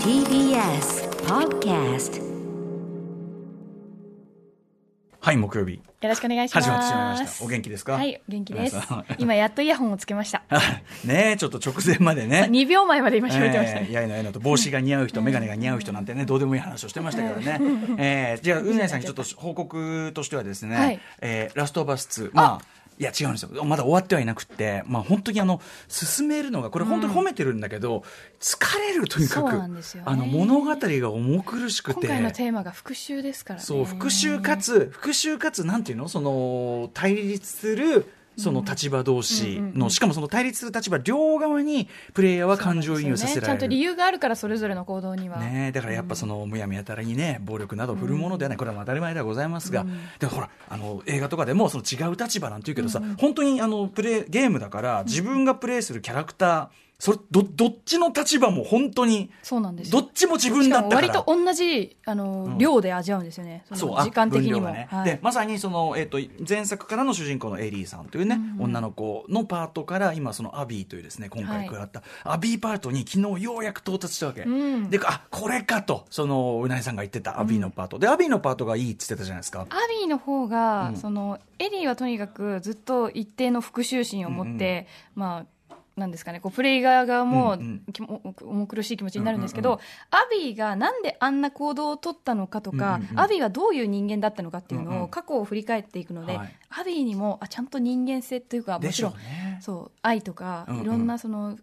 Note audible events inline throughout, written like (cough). TBS Podcast はい木曜日よろしくお願いします。始まってしまいましたお元気ですかはい、元気です皆さん。今やっとイヤホンをつけました。ねえちょっと直前までね2秒前まで今喋ってましたえーね。やいのやいのと帽子が似合う人、眼鏡が似合う人なんてね、どうでもいい話をしてましたけどね。えーじゃあ、うずねさんにちょっと報告としてはですね、はいえーラストオブアス2、まあ、いや違うんですよまだ終わってはいなくって、まあ、本当にあの進めるのがこれ本当に褒めてるんだけど、疲れるとにかそうく、なんですよねあの物語が重苦しく今て回のテーマが復習ですからね。そう復讐かつ復讐かつなんていうのその対立するその立場同士の、しかもその対立する立場両側にプレイヤーは感情移入させらちゃれんとる。理由があるからそれぞれの行動には。ねえ、だからやっぱそのむやみやたらにね暴力など振るものではないこれは当たり前ではございますが、でもほらあの映画とかでもその違う立場なんて言うけどさ、本当にあのプレイゲームだから自分がプレイするキャラクター、それどどっちの立場も本当にそうなんですどよ。っちも自分しだかっもたから割と同じあの量で味わうんですよね。そそうのあ時間的に分量も。がねはいでまさにその、えっと前作からの主人公のエリーさんというね、女の子のパートから今そのアビーというですね今は回い加わった、アビーパートに昨日ようやく到達したわけ、んであこれかとそのうなぎさんが言ってたアビーのパート、でアビーのパートがいいっつってたじゃないですかアビーの方が、うんそのエリーはとにかくずっと一定の復讐心を持って、まあなんですかねこうプレイヤー側うもんうんきも重苦しい気持ちになるんですけうど、んアビーがなんであんな行動を取ったのかとか、うんうんうんアビーはどういう人間だったのかっていううんのうんを過去を振り返っていくので、はいアビーにもあちゃんと人間性というかもでちしろんょ、うねそう愛とか、うんうんいろんなその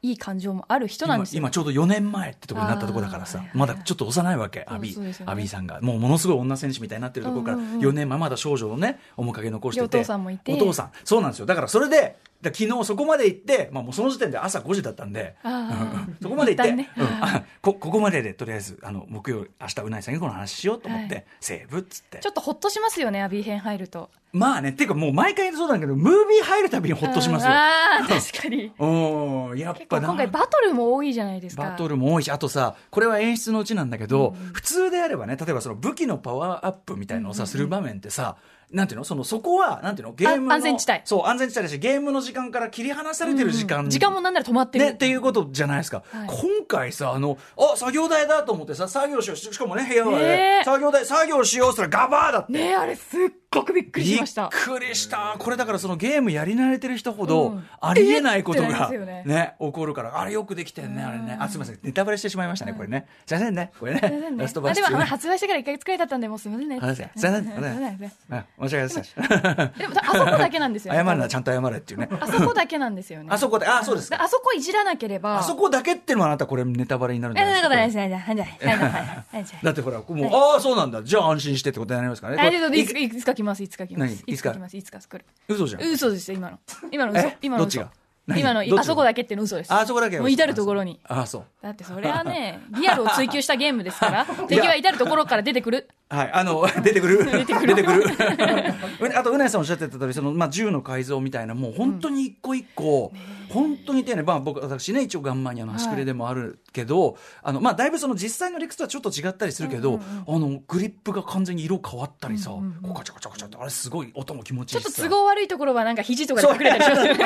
いい感情もある人なん今ですよ。今ちょうど4年前ってとこになったとこだからあーさはいはいまはいだちょっと幼いわけそうアビそうでー、すよねアビーさんがもうものすごい女選手みたいになってるところからうんうんうん4年前まだ少女のね面影残しててでお父さんもいてお父さんそうなんですよだからそれでだ昨日そこまで行って、まあ、もうその時点で朝5時だったんであーうん (laughs) そこまで行って、一旦ねうんあこここまででとりあえずあの木曜明日うないさんにこの話しようと思って、はセーブっつってちょっとほっとしますよねアビー編入ると。まあねっていうかもう毎回そうなんだけどムービー入るたびにほっとしますようん。あー確かにうんやっ結ぱ構な今回バトルも多いじゃないですか。バトルも多いし、あとさ、これは演出のうちなんだけど、普通であればね、例えばその武器のパワーアップみたいのをさ、する場面ってさ、なんていうのそのそこは、なんていうのゲームのあ安全地帯そう、安全地帯だし、ゲームの時間から切り離されてる時間、時間もなんなら止まってる。ね、っていうことじゃないですか、はい今回さあのあ作業台だと思ってさ作業しようししかもね部屋はね、ねえ作業台作業しようっつったらガバーだってねえあれすっごくびっくりしました。びっくりしたこれだからそのゲームやり慣れてる人ほど、うんありえないことえーが、ってなりますよねね、起こるからあれよくできてんねあれねあすみませんネタバレしてしまいましたねこれねすいませんねこれねラストバあスで中もあ (laughs) の発売してから一ヶ月くらいだったんでも (laughs) うすみませんね。話せすいませんすいませんうんうんうん申し訳ありませんでもあそこだけなんですよ、謝るならちゃんと謝れっていう (laughs) ねあそこだけなんですよね。あそこであそうですでかあそこいじらなければ。あそこだけっていうのはあなたこれネタバレになるんじえゃそんないなですことかないですないですないですないですないですだってほらもう、ああそうなんだじゃあ安心してってことになりますからねあこでれもいついつか来ますいつか来ま何すいつか来ますいつか来る。嘘じゃん嘘ですよ今の今の嘘え今のどっち嘘が何今のどっちがあそこだけっていうの嘘です。あそこだけもう至る所に。あそうだってそれはね、 (laughs) リアルを追求したゲームです (laughs) から、敵は至る所から出てくる。はい、あの、 (laughs) 出てく (laughs) る。出てくる。 (laughs) あと、うなえさんおっしゃってた通り、その、まあ、銃の改造みたいな、もう本当に一個一個、本当に丁寧。まあ、僕、私ね、一応ガンマニアの端くれでもあるけど、あの、まあ、だいぶその実際の理屈とはちょっと違ったりするけど、あの、グリップが完全に色変わったりさ、こうカチャカチャカチャって、あれすごい音も気持ちちいいょっしさと都合悪いところはなんか肘とかで隠れたりしますよね。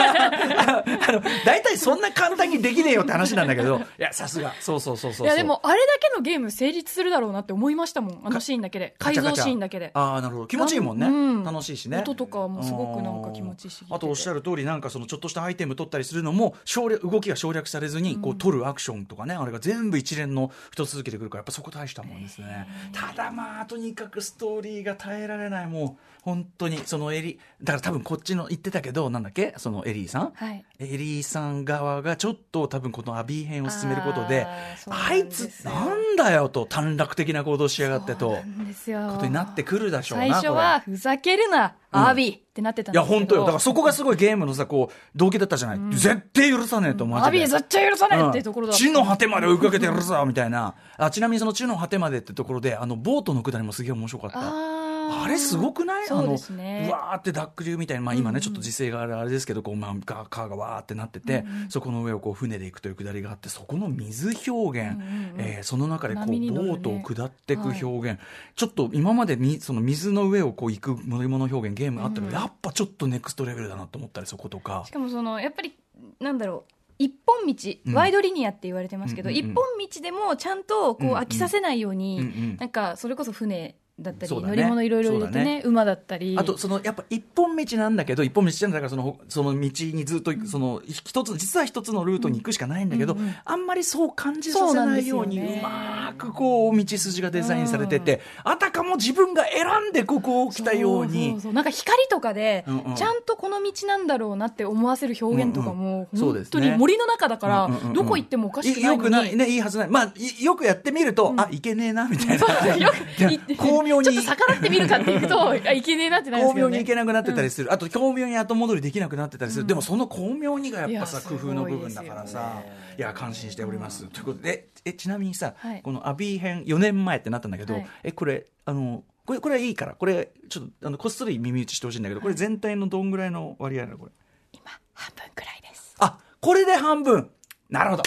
(laughs) あの、大体そんな簡単にできねえよって話なんだけど、いや、さすが。そうそうそうそうそう。 (laughs) いやでもあれだけのゲーム成立するだろうなって思いましたもん。あのシーンだけで。ガ改チャガ造チャシーンだけで。ああなるほど気持ちいいもんね、うん楽しいしね音とかもすごくなんか気持ちいいしうんあとおっしゃる通りなんかそのちょっとしたアイテム取ったりするのも省略動きが省略されずにこう取るアクションとかね、あれが全部一連の一続きでくるからやっぱそこ大したもんですねただまあとにかくストーリーが耐えられないもう本当にそのエリだから多分こっちの言ってたけどなんだっけそのエリーさん、はい。エリーさん側がちょっと多分このアビー編を進めることであーそうあなんいですよつなんだよと短絡的な行動しやがってと。そうなんですよことになってくるでしょうな最初はふざけるな、んアービーってなってたいんでやすけど。本当よだからそこがすごいゲームのさこう動機だったじゃない、絶対許さねえと思アービー絶対許さないっていうところだった地の果てまで追いかけてやるさみたいなあちなみにその地の果てまでってところであのボートの下りもすげえ面白かったああれすごくくないそうですねあのうわーって濁流みたいな、まあ、今ねちょっと時勢があれあれですけどこう、まあ、川川がわーってなってて、そこの上をこう船で行くという下りがあってそこの水表現、うんうんうんえーその中でこうボ波に乗るねートを下っていく表現、ちょっと今までみその水の上をこう行く乗り物表現ゲームあったけど、やっぱちょっとネクストレベルだなと思ったりそことかし。かもそのやっぱりなんだろう一本道、うんワイドリニアって言われてますけど、うんうんうん一本道でもちゃんとこううんうん飽きさせないように、うんうんなんかそれこそ船だったり、そうだ乗ねり物いろいろ入れてそうねだ馬だったりあとそのやっぱ一本道なんだけど一本道じゃないだからそのほその道にずっとその一つ実は一つのルートに行くしかないんだけど、うんうんうんあんまりそう感じさせないようにそううなんですよねまくこう道筋がデザインされてて、あたかも自分が選んでここを来たようそそに。そなんか光とかで、うんうんちゃんとこの道なんだろうなって思わせる表現とかうも、んうんそう本です当ねに森の中だから、うんうんうんうんどこ行ってもおかしくないのによくないねいいはずないまあいよくやってみると、あいけねえなみたいな (laughs) よくい巧妙にちょっと逆らってみるかっていくとあいけねえなってなるんで巧すけど、妙ね、にいけなくなってたりする、あと巧妙に後戻りできなくなってたりする、でもその巧妙にがやっぱさいや工夫のすごい部で分すよだねからさいや感心しております、ということでええちなみにさ、はいこのアビー編4年前ってなったんだけど、はいえこれあのこれこれはいいからこれちょっとあのこっそり耳打ちしてほしいんだけどこれ全体のどんぐらいの割合なのこれ今半分くらいですあこれで半分なるほど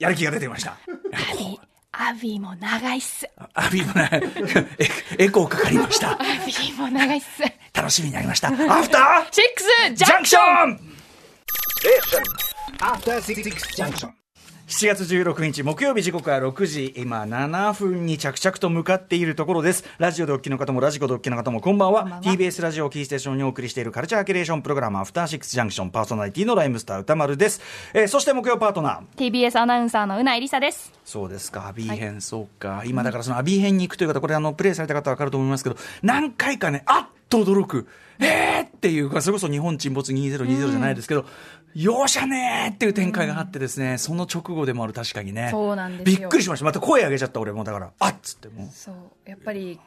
やる気が出てきま (laughs) したアビアビも長いっすあアビーもね (laughs) エエコーかかりましたアビも長いっす楽しみになり (laughs) ましたアフターシックスジジャャンンククシショョンン After Six Junction. 7月16日木曜日時刻は6時今7分に着々と向かっているところですラジオでお聞きの方もラジコでお聞きの方もこんばんはこんばんは TBS ラジオをキーステーションにお送りしているカルチャーキュレーションプログラムアフターシックスジャンクションパーソナリティのライムスター歌丸です、えーそして木曜パートナー TBS アナウンサーのうないりさですそうですか、アビー編、そうか、今だからそのアビー編に行くという方、これ、あのプレイされた方は分かると思いますけど、何回かね、あっと驚く、えーっていうか、それこそ日本沈没2020じゃないですけど、容赦ねーっていう展開があってですね、その直後でもある、確かにね、そうなんですよびっくりしました、また声上げちゃった、俺もだから、あっつってもう。そうやっぱり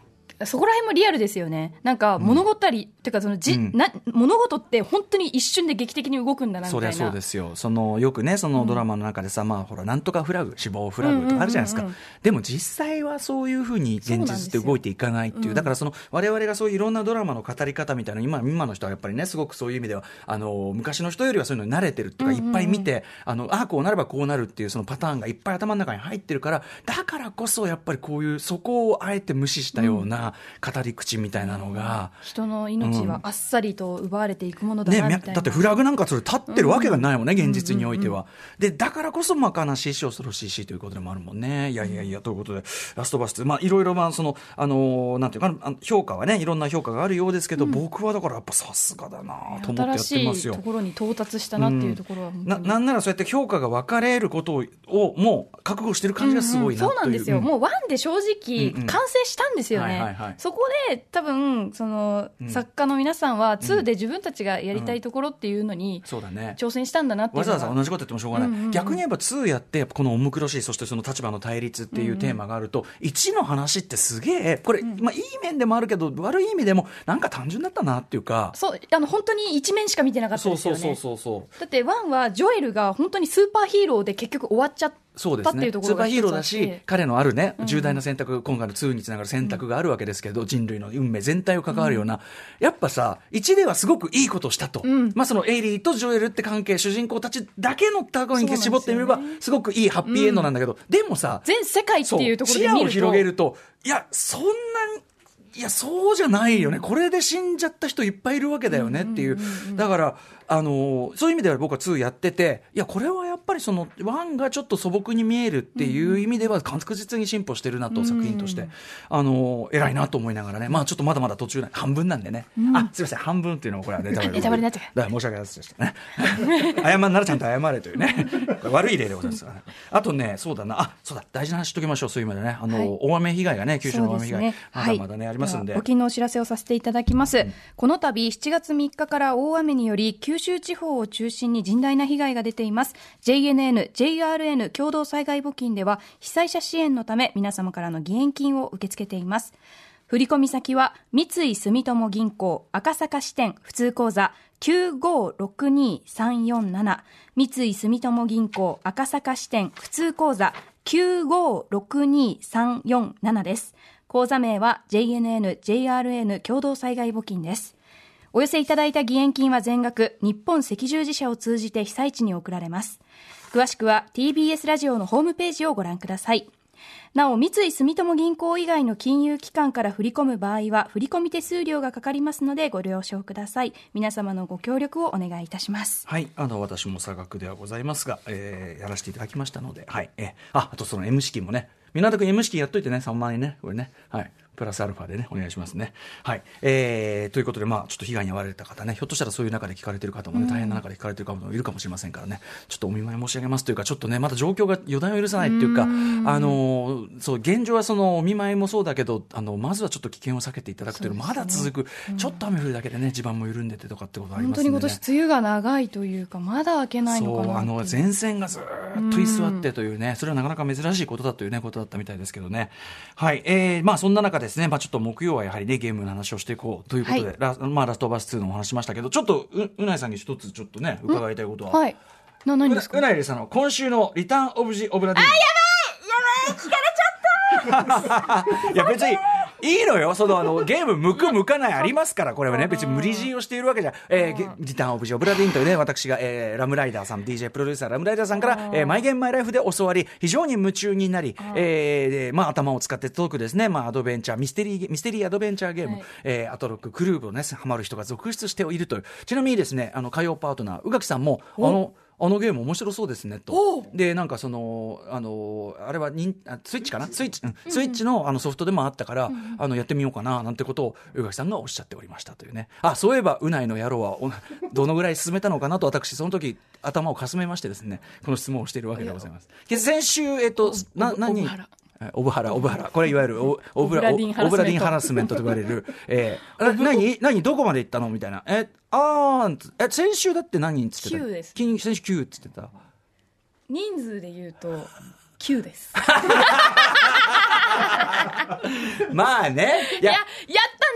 そこら辺もリアルですよねなんか物事あり、ってかそのじ、うんな物事って本当に一瞬で劇的に動くんだなみたそいりなゃそうですよそのよくねそのドラマの中でさ、まあほらなんとかフラグ死亡フラグとかあるじゃないですか、うんうんうんでも実際はそういうふうに現実って動いていかないっていうそうなんですよだからその我々がそういういろんなドラマの語り方みたいな今今の人はやっぱりねすごくそういう意味ではあの昔の人よりはそういうのに慣れてるっていうか、いっぱい見てあのああこうなればこうなるっていうそのパターンがいっぱい頭の中に入ってるからだからこそやっぱりこういうそこをあえて無視したような語り口みたいなのが。人の命はあっさりと奪われていくものだね、なみたいな、みだってフラグなんかそれ立ってるわけがないもんね、現実においては、でだからこそまあ悲しいし恐ろしいしということでもあるもんねいやいやいやということでラストバス2まあいろいろまあそのあのーなんていうかなあの評価はねいろんな評価があるようですけど、僕はだからやっぱさすがだなと思ってやってま新しすいよところに到達したなっていうところは本当なになんならそうやって評価が分かれることををもう覚悟してる感じがすごいなという、そうなんですよ、うんもうワンで正直、うんうん完成したんですよね、はいはいはいそこで多分その、うん作家の皆さんは、ツーで自分たちがやりたいところっていうのに、そうだね挑戦したんだなっていわうのざがわざ同じこと言ってもしょうがない、うんうんうん逆に言えば2やってやっぱこの重苦しいそしてその立場の対立っていうテーマがあると、1の話ってすげえこれ、まあ、いい面でもあるけど悪い意味でもなんか単純だったなっていうかそうあの本当に一面しか見てなかったそうですそようね。そうそうそうだってワンはジョエルが本当にスーパーヒーローで結局終わっちゃっそうでたすっていねうスところーパーが一つヒーローあっだてし彼のあるね重大な選択、今回の2につながる選択があるわけですけど、人類の運命全体を関わるような、やっぱさ1ではすごくいいことをしたと、んまあ、そのエイリーとジョエルって関係主人公たちだけのタコに絞ってみればそうなんですよすごねくいいハッピーエンドなんだけど、でもさ全世界っていうところでそう視見野をると広げるといやそんなにいやそうじゃないよね、これで死んじゃった人いっぱいいるわけだよねっていう、だから、あのーそういう意味では僕は2やってて、いや、これはやっぱりその1がちょっと素朴に見えるっていう意味では、確実に進歩してるなと、作品として、あのー偉いなと思いながらね、まあ、ちょっとまだまだ途中な半分なんでね、あすみません、半分っていうのは、これはネタバレ (laughs) ネタバレになっちゃうだから申し訳ないですでしたね。 (laughs) 謝んならちゃんと謝れというね。これ悪い例でございますからね。あとね、そうだな、あ、そうだ、大事な話しときましょう、そういう意味でね。あの、はい大雨被害がね、九州の大雨被害、まだまだね、はあいりますんで。はお気のお知らせをさせていただきます、この度7月3日から大雨により九州地方を中心に甚大な被害が出ています JNN、JRN 共同災害募金では被災者支援のため皆様からの義援金を受け付けています振込先は三井住友銀行赤坂支店普通口座9562347三井住友銀行赤坂支店普通口座9562347です。口座名は JNN、JRN 共同災害募金です。お寄せいただいた義援金は全額、日本赤十字社を通じて被災地に送られます。詳しくは TBS ラジオのホームページをご覧ください。なお、三井住友銀行以外の金融機関から振り込む場合は、振込手数料がかかりますので、ご了承ください。皆様のご協力をお願いいたします。はい、あの私も差額ではございますが、えーやらせていただきましたので、はい、えーああとその M 資金もね、港区 M 資金やっといてね、3万円ね、これね、はい、プラスアルファでね、お願いしますね。はい、えーということで、まあ、ちょっと被害に遭われた方ね、ひょっとしたらそういう中で聞かれてる方もね、大変な中で聞かれてる方もいるかもしれませんからね、ちょっとお見舞い申し上げますというか、ちょっとね、まだ状況が予断を許さないっていうか、あのーそう、現状はそのお見舞いもそうだけど、あのまずはちょっと危険を避けていただくというのまだ続く、ちょっと雨降るだけでね、地盤も緩んでてとかってことあり本ます当んで、にね。今年、梅雨が長いというか、まだ明けないのかそうなあってのいう。前線がずーっと居座ってというね、それはなかなか珍しいことだという、ね、ことだったみたいですけどね、はいえーまあ、そんな中ですね、まあ、ちょっと木曜はやはり、ね、ゲームの話をしていこうということで、はいラまあ、ラストバース2のお話しましたけど、ちょっとううないさんに一つちょっとね、伺いたいことは。はい。な、何うでなすうかなえりさんの今週のリターンオブジオブラディいや別にいいのよそのあのゲーム向く向かないありますからこれはね別に無理強いをしているわけじゃ、えーゲリターンオブジェオブラディンというね私が、えーラムライダーさん DJ プロデューサーラムライダーさんから「えーマイゲームマイライフ」で教わり非常に夢中になり、えーでまあ、頭を使って届くですね、まあ、アドベンチャーミステリーゲミステリーアドベンチャーゲーム、はいえーアトロッククルーブをねハマる人が続出しているというちなみにですねあの火曜パートナー宇垣さんもあのあのゲーム面白そうですねと。で、なんかその、あの、あれはにんあスイッチかなスイッチ、うんスイッチのあのソフトでもあったから、あの、やってみようかな、なんてことを、宇垣さんがおっしゃっておりましたというね。あ、そういえば、うないの野郎は、おどのぐらい進めたのかなと、私、その時、頭をかすめましてですね、この質問をしているわけでございます。で先週、えっと、な、何人オブハラえオブハラ、オブハラ。これいわゆるオ、オブラ、オオオブラディンハラスメントブラディンハラスメントと言われ (laughs) る。えー、あ何何どこまで行ったのみたいな。え、あー、え、先週だって何人っつってた九です金先週9って言ってた。人数で言うと、9です。まあね。いいや、やや、っ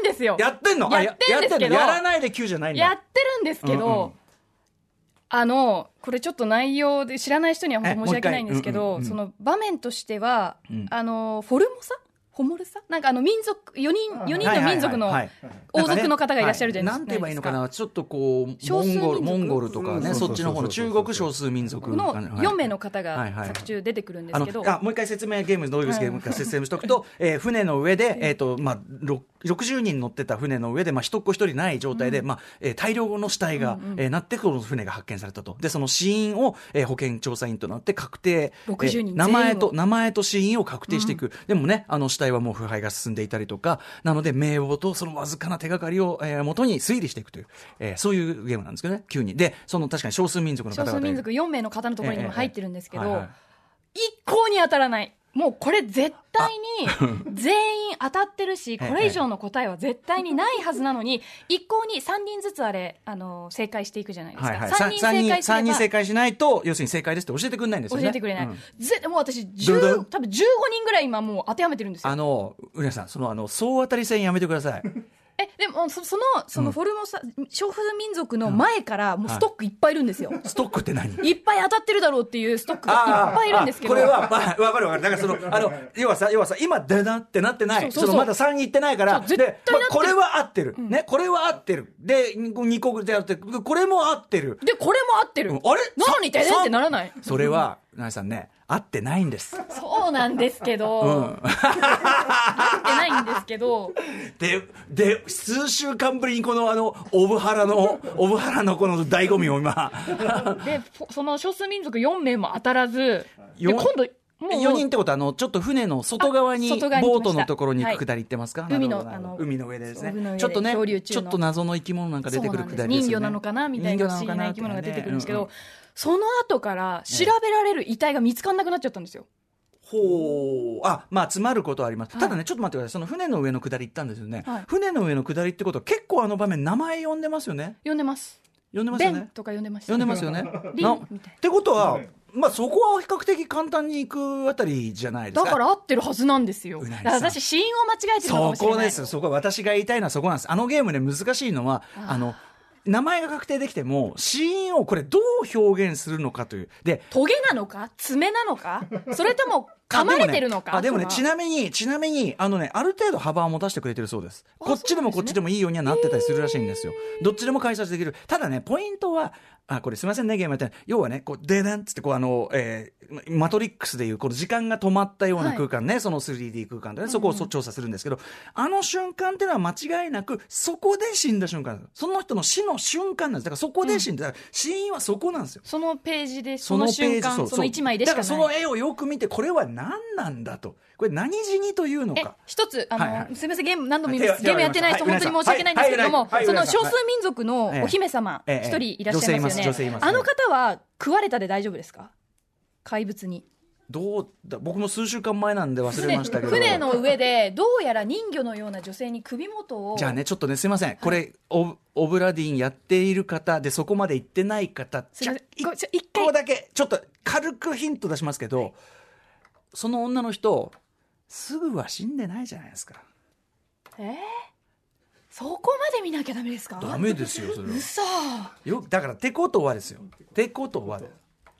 たんですよ。やってんのあやってんですけどややってんのやらないで9じゃないんやっだ。てるんですけど、うんうんあのこれちょっと内容で知らない人には本当申し訳ないんですけど、えもう一回その場面としては、うんあのフォルモサホモルサなんかあの民族4人四人の民族のはいはいはいはい王族の方がいらっしゃるじゃないなんでて言えすかばいいのかな。ちょっとこう、モ少数ン民ゴル、族モンゴルとかうね、んそっちの方の中国少数民族の4名のの方はいがはい作中出てくるんであすのけど、あもう一回説明ゲームどういうゲームか説明しておく (laughs) と、えー船の上で、えーとまあ、ろ60人乗ってた船の上で、まあ、一っ子一人ない状態で、まあえー大量の死体が、えーなってこの船が発見されたとでその死因を、えー保健調査員となって確定、えー60人全員を名前と名前と死因を確定していく、でもねあの死体はもう腐敗が進んでいたりとかなので名簿とそのわずかな手がかりを、えー元に推理していくという、えーそういうゲームなんですけどね急にでその確かに少数民族の方少々数民族4名の方のところにも入ってるんですけど、はいはい一向に当たらない。もうこれ絶対 (laughs) に全員当たってるし、これ以上の答えは絶対にないはずなのに、一向に3人ずつあれ、あの、正解していくじゃないですはいはか。い、三三人人正解す三人れ正ば解しないと要するに正解ですって教えてくれないんですよ教ね。えてくれないうん。ぜもう私、どういうこと10多分15人ぐらい今もう当てはめてるんですよあ。のうねさんそのあの総当たり戦やめてくだ (laughs) さい。え、でも、そその、そのフォルモサ、少数民族の前からもうストックいっぱいいるんですよ。ストックって何？いっぱい当たってるだろうっていうストックがいっぱいいるんですけど。あーあーこれはまあわかるわかる。だからそのあの要はさ要はさ今だなってなってない。そそうそうそうのまだ三人いってないから。そう絶対でまあなってるこれは合ってる、ねこれは合ってる。で二個ぐらいあってこれも合ってる。で、これも合ってる。うんあれなのに、てれんってならない。それはうねさんね合ってないんです。そうなんです (laughs) けど、合ってないんですけど、で、で、数週間ぶりにこのあの、オブハラの、オブハラのこの醍醐味を今、で、ぽその少数民族4名も当たらず、でよ今度、もう4人ってことはあのちょっと船の外側にあ外側にボートのところにはい下り行ってますか、海なるほのどあのなるほど海の上でですそう海の上ねでちょっとね漂流中ちょのっと謎の生き物なんか出てくるそうなんくですだりですよね人魚なのかなみたいな不思議な生き物が出てくるんですけど、その後から調べられる遺体が見つかんなくなっちゃったんですよ。ほうあまあ詰まることはあります、はいただねちょっと待ってくださいその船の上の下り行ったんですよね、はい船の上の下りってことは結構あの場面名前呼んでますよね呼んでます。呼んでますベよンねとか呼んでました。呼んでます (laughs) よねリなンみたいなってことは、まあ、そこは比較的簡単に行くあたりじゃないですだかから合ってるはずなんですよ。うだなぎさかんら私、死因を間違えてるのそかもしれこない。ですそこ私が言いたいのはそこなんですあのゲームで難しいのはああーの名前が確定できても死因をこれどう表現するのかというでトゲなのか爪なのかそれともあ噛まれてるのかでもねあでもね熊ちなみにちなみにあのねある程度幅を持たせてくれてるそうですあこっちでもそこうっなんちですねでもいいようにはなってたりするらしいんですよ、どっちでも開催できるただねポイントはあこれすみませんねゲームやってない要はねこうデデンっつってこうあの、えーマトリックスでいうこの時間が止まったような空間ね、その 3D 空間でねそこをそ調査するんですけど、あの瞬間っていうのは間違いなくそこで死んだ瞬間なんですその人の死の瞬間なんですだからそこで死んだ、だから死因はそこなんですよそのページでそそののページ瞬間そそうのそう一枚でしかないだからその絵をよく見てこれは何なんだとこれ何死にというのえか一つあの、はいはいすみませんゲーム何度も言い手まはすゲームやってない人、手は本当に申し訳ないんですけれども、はいはいそのはい少数民族のええお姫様ええ一人いらっしゃいますよね、女性います女性いますあの方は食われたで大丈夫ですか怪物にどうだ僕も数週間前なんで忘れ船ましたけど船の上でどうやら人魚のような女性に首元をじゃあねちょっとねすいませんこれオブオブラディンやっている方でそこまで行ってない方すいませんじゃこあうちょ一一回個だけちょっと軽くヒント出しますけど、その女の人すぐは死んでないじゃないですかえーそこまで見なきゃダメですかダメですよそれは嘘よだからてことはですよてことは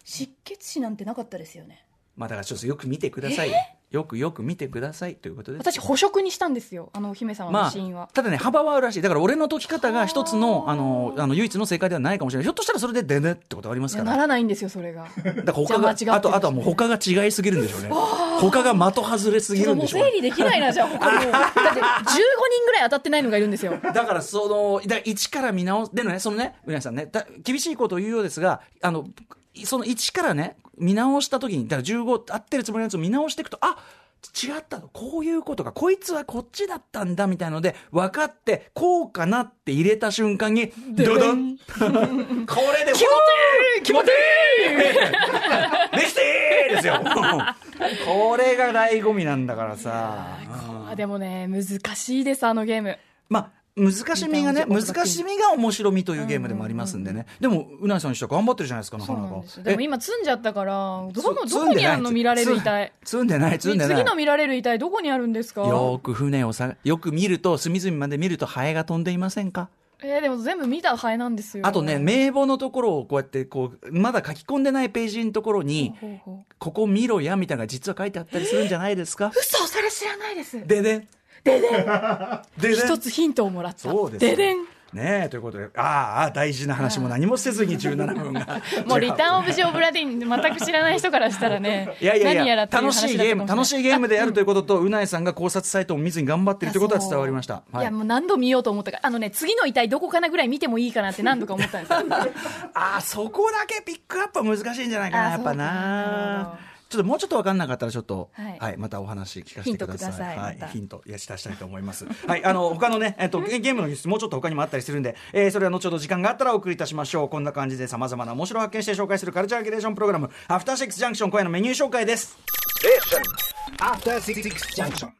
失血死なんてなかったですよねまあだからちょっとよく見てくださいよ。よくよく見てくださいということです。私捕食にしたんですよあのお姫様まのあシーンは、、ただね、幅はあるらしい。だから俺の解き方が一つの、はああの、あの、唯一の正解ではないかもしれない。ひょっとしたらそれででねってことありまいすやかなら。らないんですよそ (laughs) れがだから他が、じゃあ間違あってると、あとはもう他が違いすぎるんでしょうね。他が的外れすぎるんもでうしょう整ね。理できないなじゃあ (laughs) 他もうだって15人ぐらい当たってないのがいるんですよだからその、だから一から見直す、でもね、そのね、皆さんね、だ厳しいことを言うようですが、あの、その一からね、見直したときに、だから15合ってるつもりのやつを見直していくと、あ違ったと、こういうことか、こいつはこっちだったんだみたいので、分かって、こうかなって入れた瞬間に、ドドンこれで、気持ちいい気持ちいいできてーですよ (laughs) これが醍醐味なんだからさ。あでもね難しいですあのゲームまあ、難しみがね、見た目と難しみが面白みというゲームでもありますんでね。でも、うなぎさんにしては頑張ってるじゃないですか、なそかうななかんですよでもえ今積んじゃったからどこのつどこにある積んでなのい見られる遺体積んでない、積んでない。次の見られる遺体どこにあるんですかよーく船をさ、よく見ると、隅々まで見るとハエが飛んでいませんかえーでも全部見たハエなんですよあとね、名簿のところをこうやって、こう、まだ書き込んでないページのところに、ほうほうここ見ろや、みたいなのが実は書いてあったりするんじゃないですか嘘それ知らないですでね。ででんでね。一つヒントをもらったそうですよででんねえ、ということで、ああああ、大事な話も何もせずに17分が。 (laughs) もうリターンオブジオブラディン全く知らない人からしたらねいやいやいや何やらってう楽しいゲーム、楽しいゲームでやるといいうことと、うなえさんが考察サイトを見ずに頑張ってるということは伝わりました。 (laughs) いはいや、もう何度見ようと思ったからあのね次の遺体どこかなぐらい見てもいいかなって何度か思ったんですよ (laughs) ああ、そこだけピックアップは難しいんじゃないかな、あーやっぱそうかなるほなど。ちょっともうちょっと分かんなかったら、ちょっと、ははいい、またお話聞かせてくださヒントい。くださいはまたヒント、いや、出したいと思います。 (laughs) はい、あの、他のね、えっと、ゲゲームの技術、もうちょっと他にもあったりするんで、えーそれは後ほど時間があったらお送りいたしましょう。こんな感じで様々な面白を発見して紹介するカルチャーキュレーションプログラム、アフターシックスジャンクション、今夜のメニュー紹介です。 After Six Junction.